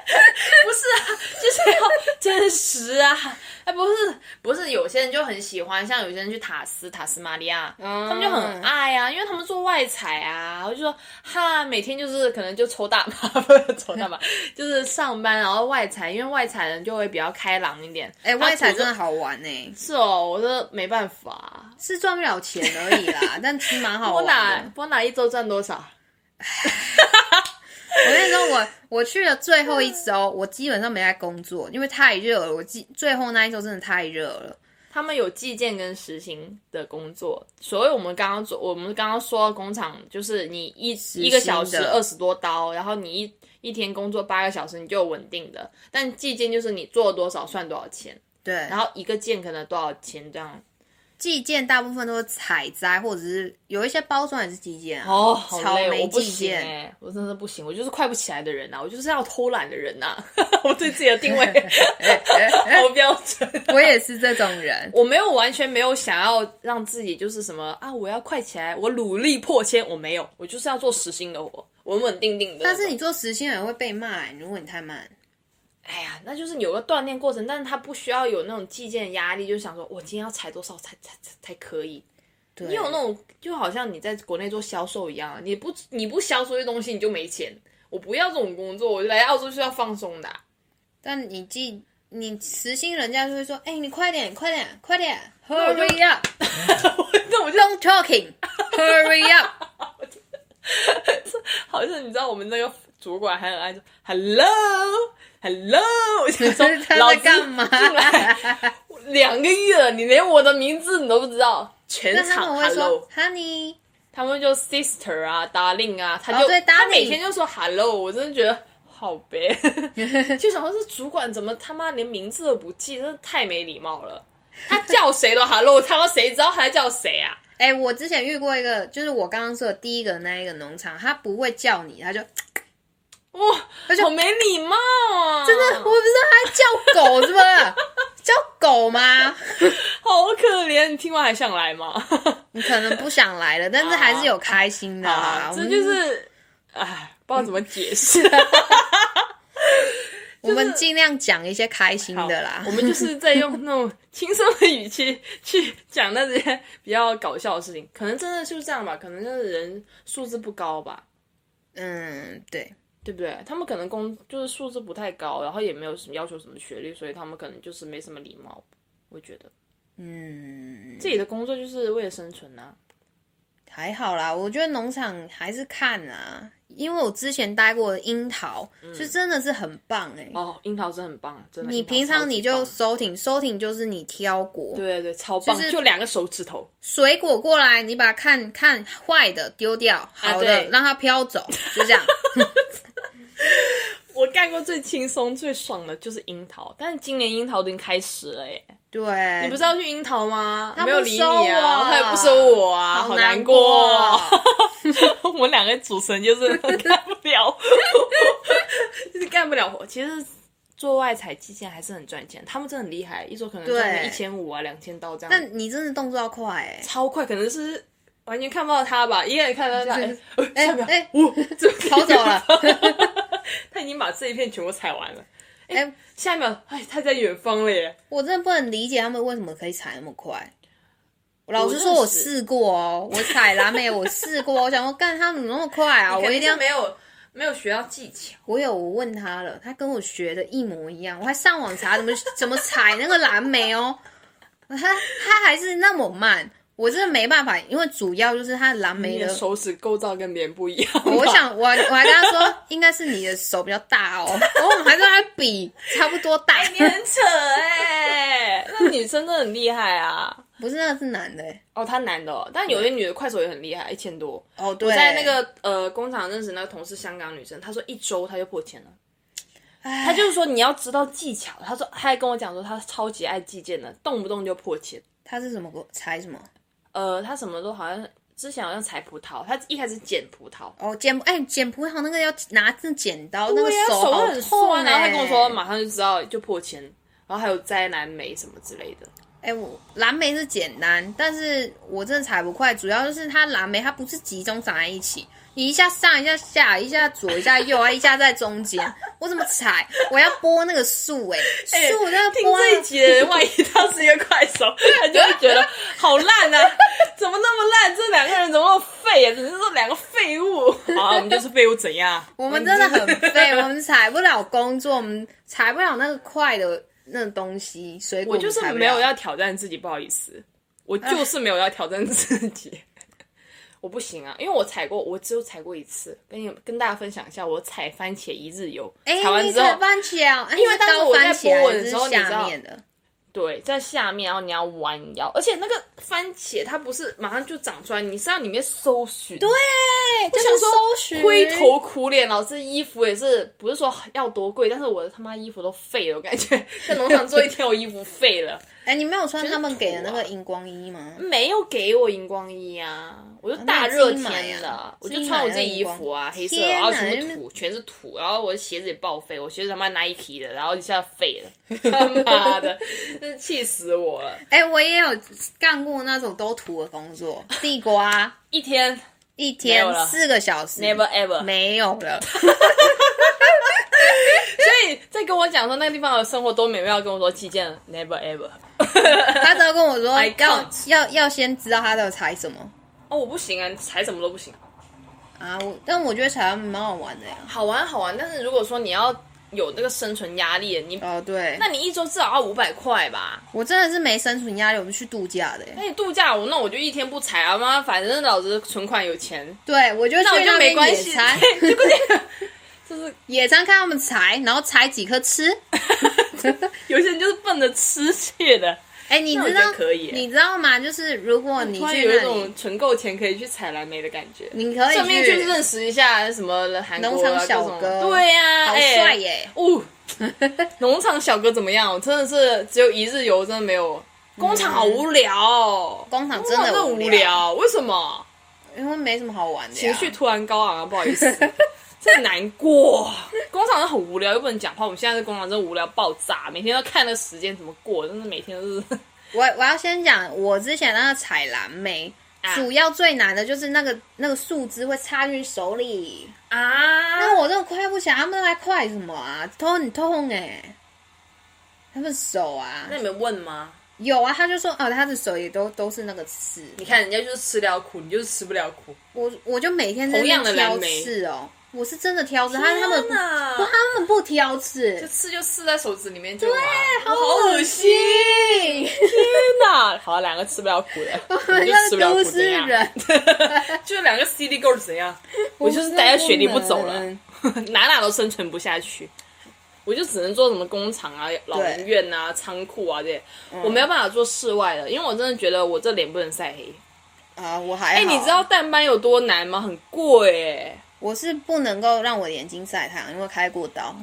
就是要 真实啊！哎，不是不是，有些人就很喜欢，像有些人去塔斯塔斯马利亚，他们就
嗯
很爱嗯啊，因为他们做外采啊，我就说哈，每天就是可能就抽大麻，不是 抽大麻，就是上班然后外采，因为外采人就会比较开朗一点。
哎、
他
外采
主动
真的好玩呢、欸
是哦，我这没办法、
是赚不了钱而已 啦，但其实蛮好
波
玩
拿
的。
波拿一周赚多少？
我跟你说，我我去了最后一周，我基本上没在工作，因为太热了。我记最后那一周真的太热了。
他们有计件跟实行的工作，所以我们刚刚做，我们刚刚说的工厂就是你一
的
一个小时二十多刀，然后你一一天工作八个小时，你就有稳定的。但计件就是你做多少算多少钱，
对，
然后一个件可能多少钱这样。
计件大部分都是采摘，或者是有一些包装也是计件啊。
哦，好
草
累，
莓
我不
计
行
件
哎、我真的不行，我就是快不起来的人呐、啊我就是要偷懒的人呐、 我对自己的定 位好标准。
我也是这种人，
欸 我没有完全没有想要让自己就是什么啊，我要快起来，我努力破千，我没有，我就是要做实心的我，稳稳定定的。
但是，你做实心人会被骂、欸如果你太慢。
哎呀，那就是有个锻炼过程，但是他不需要有那种计件的压力，就想说我今天要踩多少才才才才可以。
对，
你有那种就好像你在国内做销售一样，你不你不销售这东西你就没钱。我不要这种工作，我来澳洲就是要放松的啊、
但你既你实心，人家就会说，哎、你快点，快点，快点
我就
，Hurry up，
那我就
don't talking，Hurry up，
好像你知道我们那个主管还很爱说 hello hello，我 想说
他
老
在
子
干嘛？
进来两个月了，你连我的名字你都不知道，全
那他
场
们会
hello，
说 Honey，
他们就 sister 啊，darling 啊，他
哦
就、
对
他
darling
每天就说 hello，我真的觉得好 呗，就想说这主管怎么他妈连名字都不记，真的太没礼貌了。他叫谁都 hello，他妈谁知道他叫谁啊？
哎、我之前遇过一个，就是我刚刚说的第一个那一个农场，他不会叫你，
哦
他就
哇、好没礼貌啊！
真的，我不知道他在叫狗是吧？叫狗吗？
好可怜，你听完还想来吗？
你可能不想来了，但是还是有开心的啦。我
这
们
就是，哎，不知道怎么解释。
我们尽量讲一些开心的啦
我。们就是在用那种轻松的语气去讲那些比较搞笑的事情，可能真的就是这样吧，可能就是人素质不高吧，
嗯，对，
对不对？他们可能工就是素质不太高，然后也没有什么要求什么学历，所以他们可能就是没什么礼貌。我觉得
嗯，
自己的工作就是为了生存呐、
还好啦。我觉得农场还是看啊，因为我之前待过的樱桃，就真的是很棒哎、
嗯哦，樱桃真的很棒，真的。
你
樱桃
平
超
常
级
你就
棒
收挺，收挺就是你挑果，
对对对，超棒，
就是
就两个手指头。
水果过来，你把它看看坏的丢掉，好的、
啊对
让它飘走，就这样。
我干过最轻松、最爽的就是樱桃，但是今年樱桃都已经开始了耶！
对，
你不是要去樱桃吗？
他不
没有理你
收我
啊，他也不收我啊，好
难
过哦。 我们两个主持人就是 干不了，就是干不了活。其实做外采基金还是很赚钱，他们真的很厉害，一周可能赚
对
一千五啊、两千刀这样。
但你真的动作要快哎、
超快，可能是完全看不到他吧，一眼看到他，
就
哎
是
哎下一秒
哎
我这
跑走了，
他已经把这一片全部采完了。
哎、
下一秒，哎，他在远方了耶！
我真的不能理解他们为什么可以踩那么快。老实
认
说，我
识
试过哦，我踩蓝莓，我试过，我想说，干他们怎么那么快啊？我一定要，
没有没有学到技巧，
我有我问他了，他跟我学的一模一样，我还上网查怎么怎么踩那个蓝莓哦，他他还是那么慢，我真的没办法，因为主要就是他蓝莓
你
的
的手指构造跟别人不一样吧。
我 想，我我还跟他说，应该是你的手比较大哦。然后我们还在那比，差不多大。
你很扯哎、那女生真的很厉害啊！
不是，那是男的欸。
哦，他男的、哦，但有些女的快手也很厉害，一千多。
哦，对
我在那，个呃工厂认识那个同事，香港女生，她说一周她就破千了。她就是说你要知道技巧，她说她还跟我讲说她超级爱计件的，动不动就破千。
他是什么国？踩什么？
呃，她什么都好像之前好像采葡萄，她一开始捡葡萄，
哦，剪哎、剪葡萄那个要拿着剪刀，那个
对呀，手
好
很哎
痛
酸、
欸。
然后她跟我说，马上就知道就破千，然后还有摘蓝莓什么之类的。
哎、我蓝莓是简单，但是我真的踩不快，主要就是它蓝莓它不是集中长在一起，你一下上一下下，一下左一下右啊，一下在中间，我怎么踩？我要剥那个树哎、树那个
听这
剥那
一
个
集的人，万一他是一个快手，他就会觉得好烂啊！怎么那么烂？这两个人怎么那么废啊？只是这两个废物。好、啊，我们就是废物，怎样？
我们真的很废，我们踩不了工作，我们踩不了那个快的那个东西，水果
我就是
们踩不
没有
了。
要挑战自己，不好意思，我就是没有要挑战自己。我不行啊，因为我踩过，我只有踩过一次，跟你跟大家分享一下，我踩番茄一日游，
哎、
踩完
你
之后
踩，番茄哦，哎
因为
是
当时
高
我在
番茄
剥
还
我的
是
时候你知
下
道
面的，
对，在下面，然后你要弯腰，而且那个番茄它不是马上就长出来，你是要里面搜寻，对，
哎，就是
想说
搜寻
灰头苦脸，老师衣服也是不是说要多贵，但是我的他妈衣服都废了，我感觉 在农场做一天，我衣服废了，
哎、你没有穿他们给的
就是
那
土啊
个荧光衣吗？
没有给我荧光衣啊，我就
那
大
你
热
自己买啊
天的，我
自
就
己
穿
买
我
那
自己衣
荧
服啊，黑色的，
天
然后全
哪
部土，全是土，然后我的鞋子也报废，我鞋子他妈 Nike 的，然后一下废 了，他妈的，真是气死我了，
哎、我也有干过那种都土的工作，地瓜
一天
一
没
天
有了
四个小时
never ever。
没有了。
所以在跟我讲说那个地方的生活多美妙，跟我说期间 never ever。
他都跟我说
I
要
can't
要要先知道他在踩什么。
哦，我不行啊，踩什么都不行。
啊，我但我觉得台湾蛮好玩的呀。
好玩好玩，但是如果说你要有那个生存压力，你
哦，对，
那你一周至少要五百块吧？
我真的是没生存压力，我是去度假的耶。
那你度假我那我就一天不裁啊，妈，反正老子存款有钱，
对，我就去
那我就没
边
关
野
系，
餐，
对对就是
野餐看他们采，然后采几 颗吃。
有些人就是奔着吃去的，
哎、你
那我
知
觉
道
得可以耶欸
你知道吗？就是如果你
突然
去
有一
那
种
里，
存够钱可以去采蓝莓的感觉。
你可以
顺便去认识一下什么韩国
农
啊，
场小
各种
哥
对呀、
好
哎
帅耶
哦，农场小哥怎么样？我真的是只有一日游，真的没有。工厂好无聊哦、
工厂真的
工
无
无
聊，
为什么？
因为没什么好玩的呀
情绪突然高昂啊，不好 意思，真的难过。工厂真的很无聊，又不能讲话。我们现在在工厂真的无聊爆炸，每天都看那时间怎么过，真的每天都是。
我我要先讲，我之前那个采蓝莓，
啊
主要最难的就是那个那个树枝会插进手里，
啊
那、我真的快不起来，他们还快什么啊？头很痛哎、他们手啊，
那你们问吗？
有啊，他就说哦，他的手也都都是那个刺，
你看人家就是吃了苦，你就是吃不了苦。
我我就每天在
同样
那
的
挑
蓝莓
刺哦，我是真的挑刺，他他们
天哪
不他们不挑刺
就，刺就刺在手指里面就对，
好恶心。
天哪！ 好啊，两个吃不了苦的，你就吃不了苦
都
怎
市
样？
人，
就两个 CD girl 怎样？我就是待在雪地不走了， 哪哪都生存不下去。我就只能做什么工厂啊、老人院啊、仓库啊这些，我没有办法做室外的，因为我真的觉得我这脸不能晒黑。
啊！我
哎、
还哎
你知道淡斑有多难吗？很贵 哎、
我是不能够让我的眼睛晒太阳，因为开过刀。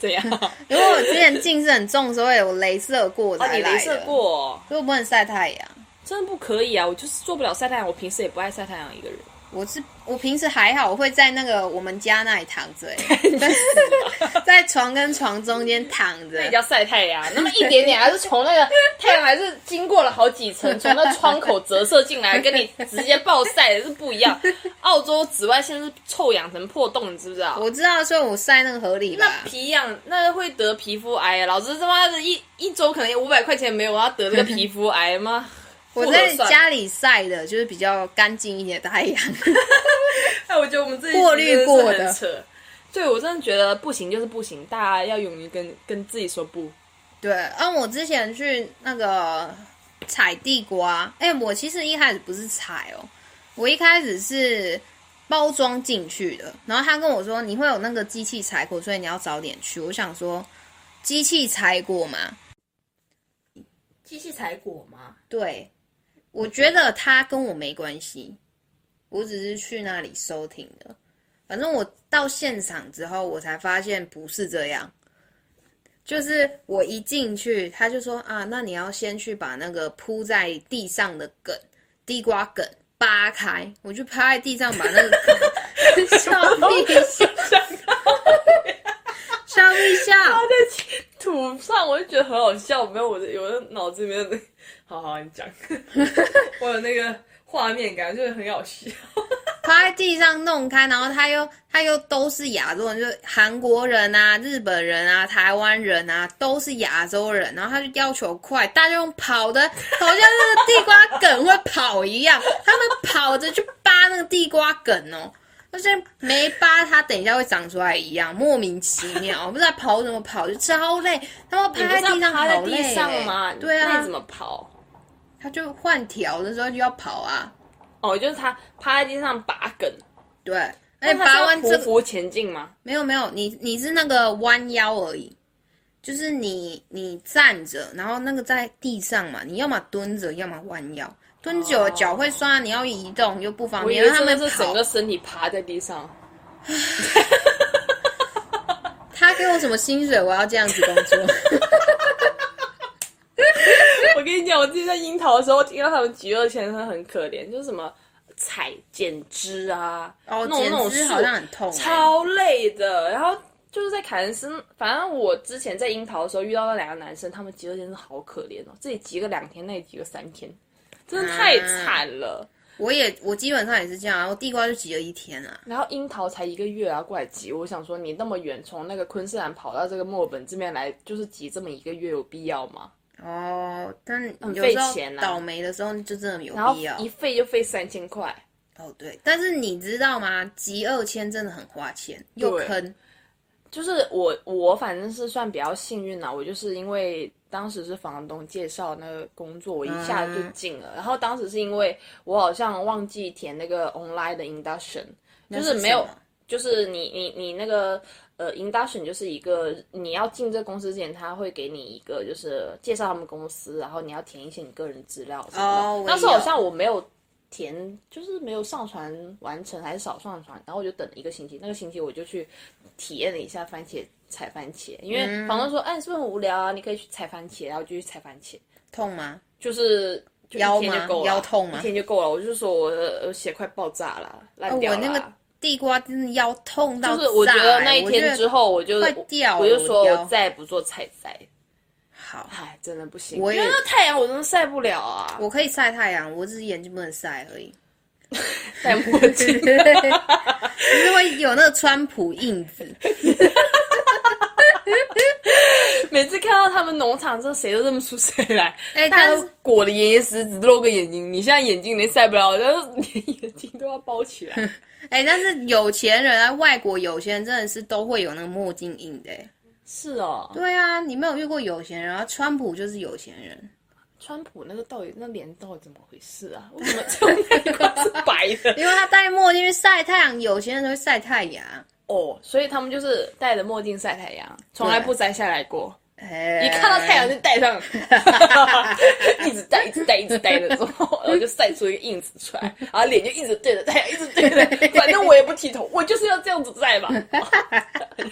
怎样？
因为我之前近视很重的时候，有镭射过我
啊，
才
你
来
镭
的，
射过，
所以我不能晒太阳。
真的不可以啊！我就是做不了晒太阳，我平时也不爱晒太阳一个人。
我是我平时还好，我会在那个我们家那里躺 着、欸，但是 在床跟床中间躺着
啊那也，叫晒太阳，那么一点点，啊还是从那个太阳还是经过了好几层，从那窗口折射进来，跟你直接暴晒也是不一 样。澳洲紫外线是臭氧层破洞，你知不知道？
我知道，所以我晒那个合理
那
吧。
皮痒，那会得皮肤癌。啊老子他妈的一一周可能五百块钱没有，我要得这个皮肤癌 吗？
我
不合
在
算
家里晒的，就是比较干净一点的太阳。
哎，我觉得我们这一集
过滤
真的是
过
很
的
扯。对，我真的觉得不行就是不行，大家要勇于跟跟自己说不。
对，啊，我之前去那个采地瓜，哎、我其实一开始不是采哦，我一开始是包装进去的，然后他跟我说你会有那个机器采果，所以你要早点去。我想说，机器采果嘛，
机器采果 吗？
对，我觉得它跟我没关系，我只是去那里收听的。反正我到现场之后，我才发现不是这样。就是我一进去，他就说啊，那你要先去把那个铺在地上的梗，地瓜梗扒开。我就趴在地上把那个梗， 笑屁笑，笑屁笑，
在土上，我就觉得很好笑，没有我的，有的脑子里面的，好好你 讲，我有那个画面感，就是很好笑。
趴在地上弄开，然后他又他又都是亚洲人，就是韩国人啊、日本人啊、台湾人啊，都是亚洲人，然后他就要求快，大家用 跑的，好像那个地瓜梗会跑一样，他们跑着去扒那个地瓜梗哦。就是没扒它，等一下会长出来一样，莫名其妙，我不知道跑怎么跑，就超累。他们趴在地上好
趴
累、
在地上吗？
对
那
啊
你怎，么跑？
他就换条的时候就要跑啊，
哦，就是他趴在地上拔梗，
对。而
那
且哎拔完这
匍匐前进吗？
没有没有，你你是那个弯腰而已，就是你你站着，然后那个在地上嘛，你要么蹲着，要么弯腰。蹲久了脚会酸，你要移动又不方
我以
便。
为
让他
真
们
的是整
跑
个，身体趴在地上，
他给我什么薪水，我要这样子工 作。
我跟你讲，我自己在樱桃的时候，听到他们极乐先生很可怜，就是什么采剪枝啊，
哦，
弄那种
剪枝
树
好像很痛、欸，
超累的。然后就是在凯恩斯，反正我之前在樱桃的时候遇到那两个男生，他们急热真是好可怜哦，这里急个两天，那里急个三天，真的太惨了。
我也我基本上也是这样啊，我地瓜就挤了一天啊。
然后樱桃才一个月啊，过来急，我想说你那么远从那个昆士兰跑到这个墨尔本这边来，就是急这么一个月有必要吗？
哦，但有
费
时候
钱啊
倒霉的时候就真的有
然后
必要
一费就费三千块，
哦，对，但是你知道吗？极二签真的很花钱，又
对
坑。
就是我我反正是算比较幸运啦，我就是因为当时是房东介绍那个工作，我一下就
嗯
进了。然后当时是因为我好像忘记填那个 online 的 induction，就是没有
什么，
就是你你你那个呃 induction 就是一个你要进这公司之前，他会给你一个就是介绍他们公司，然后你要填一些你个人资料什
哦
么
我
的。那时候好
有
像我没有填，就是没有上传完成还是少上传，然后我就等了一个星期，那个星期我就去体验了一下番茄采番茄，因为
嗯
房东说，哎、你是不是很无聊啊？你可以去采番茄，然后我就去采番茄，
痛吗？
就是。就一
腰
天
吗
就够了，
腰痛吗哦
一天就够了。我就说我的呃血快爆炸了，烂掉
我
了。啊
那个地瓜真的腰痛到
就
炸、
是我觉得那一
我
天之后，我就
快掉了
我就说
我的腰
我再也不做采摘，
好，
哎，真的不行，
我
因
也
为那太阳我真的晒不了啊，
我可以晒太阳，我只是眼睛不能晒而已。
戴 墨镜，
只是会有那个川普印子，
每次看到他们农场，这谁都认不出谁来，
哎
大家
但
都
是
裹得严严实，只露个眼睛，你现在眼睛连晒不了，然后连眼睛都要包起来，
哎、但是有钱人啊，外国有钱人真的是都会有那个墨镜印的、哎
是哦，
对啊，你没有遇过有钱人啊？川普就是有钱人，
川普那个到底那脸到底怎么回事啊？ 为什么这种脸都是白的？
因为他戴墨镜去晒太阳，有钱人都会晒太阳。
哦，所以他们就是戴着墨镜晒太阳，从来不摘下来过。
哎、
一看到太阳就戴上， 一直戴，一直戴，一直戴的时候， 然后就晒出一个印子出来，然后脸就一直对着太阳，一直对 着，反正我也不剃头，我就是要这样子晒嘛， 然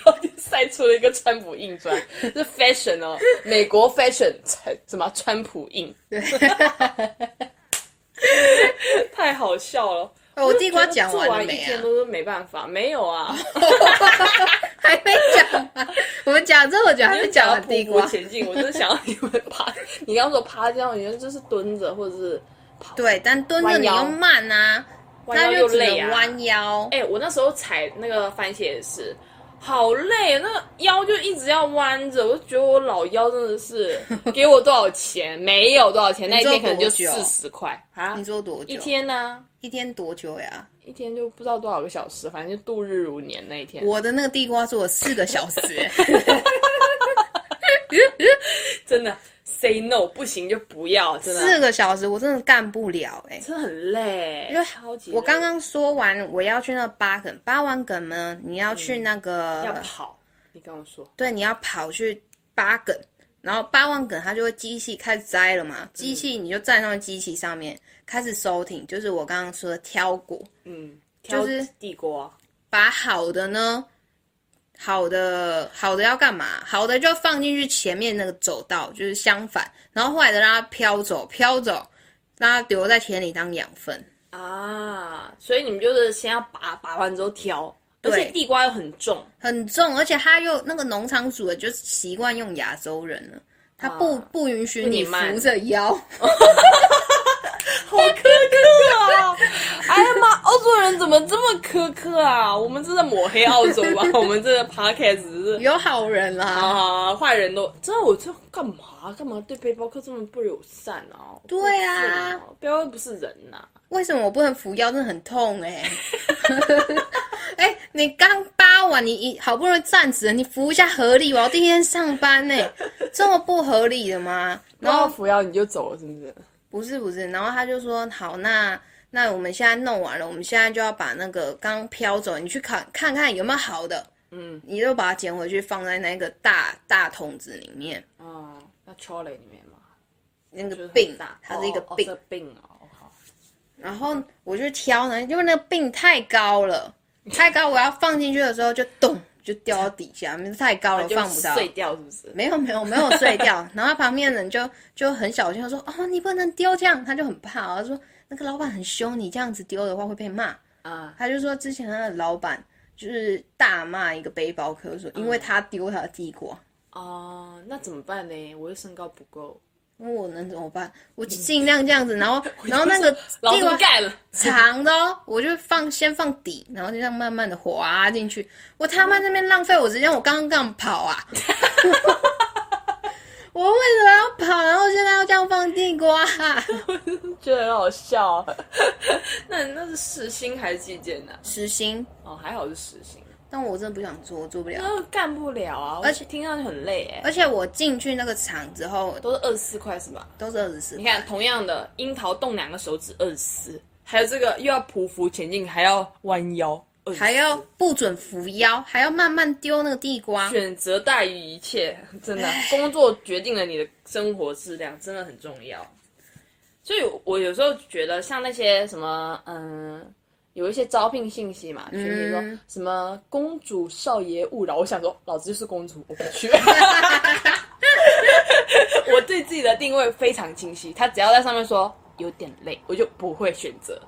后就晒出了一个川普印出来，这 fashion 哦，美国 fashion 川什么川普 印，太好笑了。
哦我地瓜讲
做
完了
完一
没
天
啊？
都是没办法，没有啊，
还没讲完，我们讲这么久还没讲完地
我
瓜。
前 进，我真的想要你们趴。你刚刚说趴这样，我觉得就是蹲着或者是跑。
对，但蹲着
弯
你
腰
又慢啊，
弯腰
那
又
就只
累
能
啊
弯腰。
哎、我那时候踩那个番茄也是，好累，啊那个腰就一直要弯着，我就觉得我老腰真的 是给我多少钱？没有多少钱，那一
做
天可能就
多久
四十块啊
你，说多久？
一天呢、
一天多久呀？
一天就不知道多少个小时，反正就度日如年那一天，
我的那个地瓜做了四个小 时、
真的 say no 不行就不要，真的
四个小时我真的干不了哎、
真的很累，
因为
超级
我
累
刚刚说完我要去那个八梗，八完梗呢，你要去那个、
要跑，你跟我说。
对，你要跑去八梗，然后八万梗它就会机器开始摘了
嗯
嘛，机器你就站上机器上面开始收挺，就是我刚刚说的挑果，
嗯，
就
挑
是
地瓜，
把好的呢，好的好的要干嘛？好的就放进去前面那个走道，就是相反，然后坏的让它飘走，飘走，让它留在田里当养分。
啊，所以你们就是先要拔，拔完之后挑，而
对
且地瓜又很重，
很重，而且它又那个农场主的就习惯用亚洲人了，他不、
啊
不允许
不你
你
慢
扶着腰，
好苛刻啊！ 哎呀妈，澳洲人怎么这么苛刻啊？我们真的抹黑澳洲 啊！我们这个 podcast 是
有好人啦。
啊，坏人都真的，我这干嘛干嘛对背包客这么不友善啊？
对啊
不是，背包客不是人啊呐、
为什么我不能扶腰？真的很痛哎、哎、你刚扒完，你一好不容易站直了，你扶一下合理吧。我第一天上班呢、这么不合理的吗？
然
然
后
后
扶摇你就走了，是不是？
不是不是，然后他就说好，那那我们现在弄完了，我们现在就要把那个刚飘走，你去看看看有没有好的，
嗯，
你就把它捡回去放在那个大大桶子里面。
啊，那 Charlie 里面嘛，
那个
就是很
病
大，
它是一个
哦哦
病，
这病哦，好。
然后我就挑呢，因为那个病太 高了，太高，我要放进去的时候就咚就掉到底下，因为太高了
就
放不到。
碎掉是不是？
没有没有没有碎掉， 然后旁边的人就就很小心，他说：“哦，你不能丢这样。”他就很怕，他说：“那个老板很凶，你这样子丢的话会被骂。”
啊，
他就说之前他的老板就是大骂一个背包客说，因为他丢他的地瓜，
哦，那怎么办呢？我又身高不够，
那我能怎么办？我就尽量这样子， 然后然后那个
老
地
子
瓜
不干了。
长的、哦，我就放先放底，然后就这样慢慢的滑 进去。我他妈那边浪费我时间，我刚刚干嘛跑啊？我为什么要跑，然后现在要这样放地瓜、
觉得很好笑、啊。 那那是实薪还是计件呢、
实心，
哦，还好是实薪，
但我真的不想做，我做不了。
那干不了啊，而且听上去很累哎、
而且我进去那个厂之后
都是二十四块是吧？
都是二十四
你，看，同样的樱桃动两个手指二十四，还有这个又要匍匐前进，还要弯腰，24
还要不准扶腰，还要慢慢丢那个地瓜。
选择大于一切，真的，工作决定了你的生活质量，真的很重要。所以，我有时候觉得，像那些什么，嗯，有一些招聘信息嘛，群里说什么“公主少爷勿扰”，我想说，老子就是公主，我不去。我对自己的定位非常清晰，他只要在上面说有点累，我就不会选择。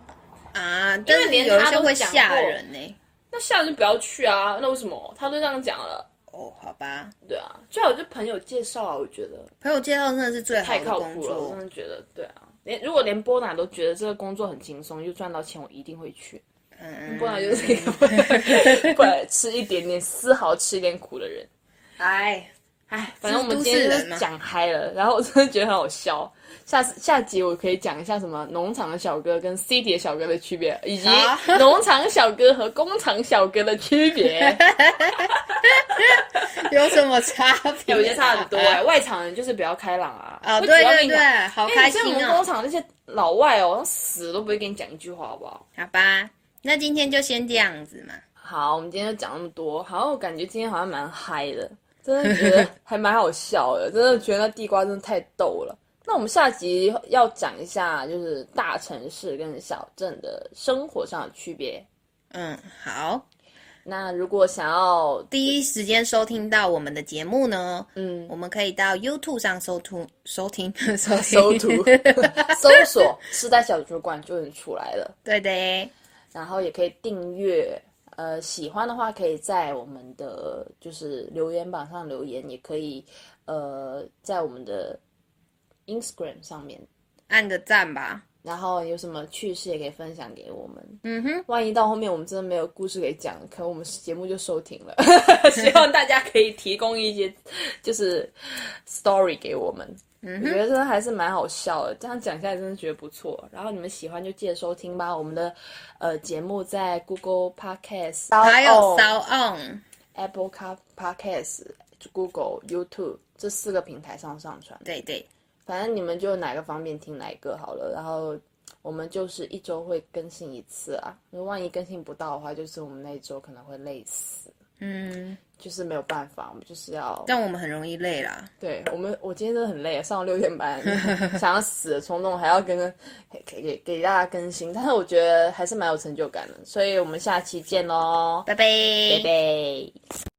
啊，但是
连
有一
他
些
都
会
讲
吓
过
人呢、
那下人就不要去啊，那为什么？他都这样讲了，
哦，好吧，
对啊，最好就朋友介绍啊，我觉得。
朋友介绍真的是最好
太
的
靠
工
谱了，我
作
真。的觉得对啊。连如果连波娜都觉得这个工作很轻松，又赚到钱，我一定会去。
嗯，
波娜就是一个 不来吃一点点，丝毫吃一点苦的人。
哎，
哎，反正我们今天就
都市人啊
是
嘛
讲嗨了，然后我真的觉得很好笑。下次下集我可以讲一下什么农场的小哥跟 city 的小哥的区别，以及
好啊
农场小哥和工厂小哥的区 别。
有什么差 别？
有些差很多、哎，外场人就是比较开朗啊。
啊，
会
对
主要跟
对
你讲
对，好
哎，
开
你像
心
我们工
哦。
厂那些老外哦，死都不会跟你讲一句话，好不好？
好吧，那今天就先这样子嘛。
好，我们今天就讲那么多，好像我感觉今天好像蛮嗨的，真的觉得还蛮好笑的，真的觉得那地瓜真的太逗了。那我们下集要讲一下，就是大城市跟小镇的生活上的区别。
嗯，好，
那如果想要，
第一时间收听到我们的节目呢，
嗯，
我们可以到 YouTube 上收图收听 收听
搜图搜索“时代小主管”就能出来了。
对的，
然后也可以订阅。呃，喜欢的话可以在我们的就是留言板上留言，也可以呃在我们的 Instagram 上面。
按个赞吧。
然后有什么趣事也可以分享给我们。
嗯哼，
万一到后面我们真的没有故事给讲，可能我们节目就收停 了。希望大家可以提供一些就是 story 给我们。
嗯
我觉得真的还是蛮好笑的，这样讲下来真的觉得不错。然后你们喜欢就记得收听吧。我们的呃节目在 Google Podcast、
还有
SoundOn
Sound On，
Apple Car Podcast、Google、YouTube 这四个平台上上传。
对对，
反正你们就哪个方便听哪一个好了。然后我们就是一周会更新一次啊，因为万一更新不到的话，就是我们那一周可能会累死，
嗯，
就是没有办法，我们就是要。
但我们很容易累啦。
对我们，我今天真的很累，啊上到六点半， 想要死的冲动，还要跟给给给大家更新，但是我觉得还是蛮有成就感的，所以我们下期见喽，
拜
拜拜。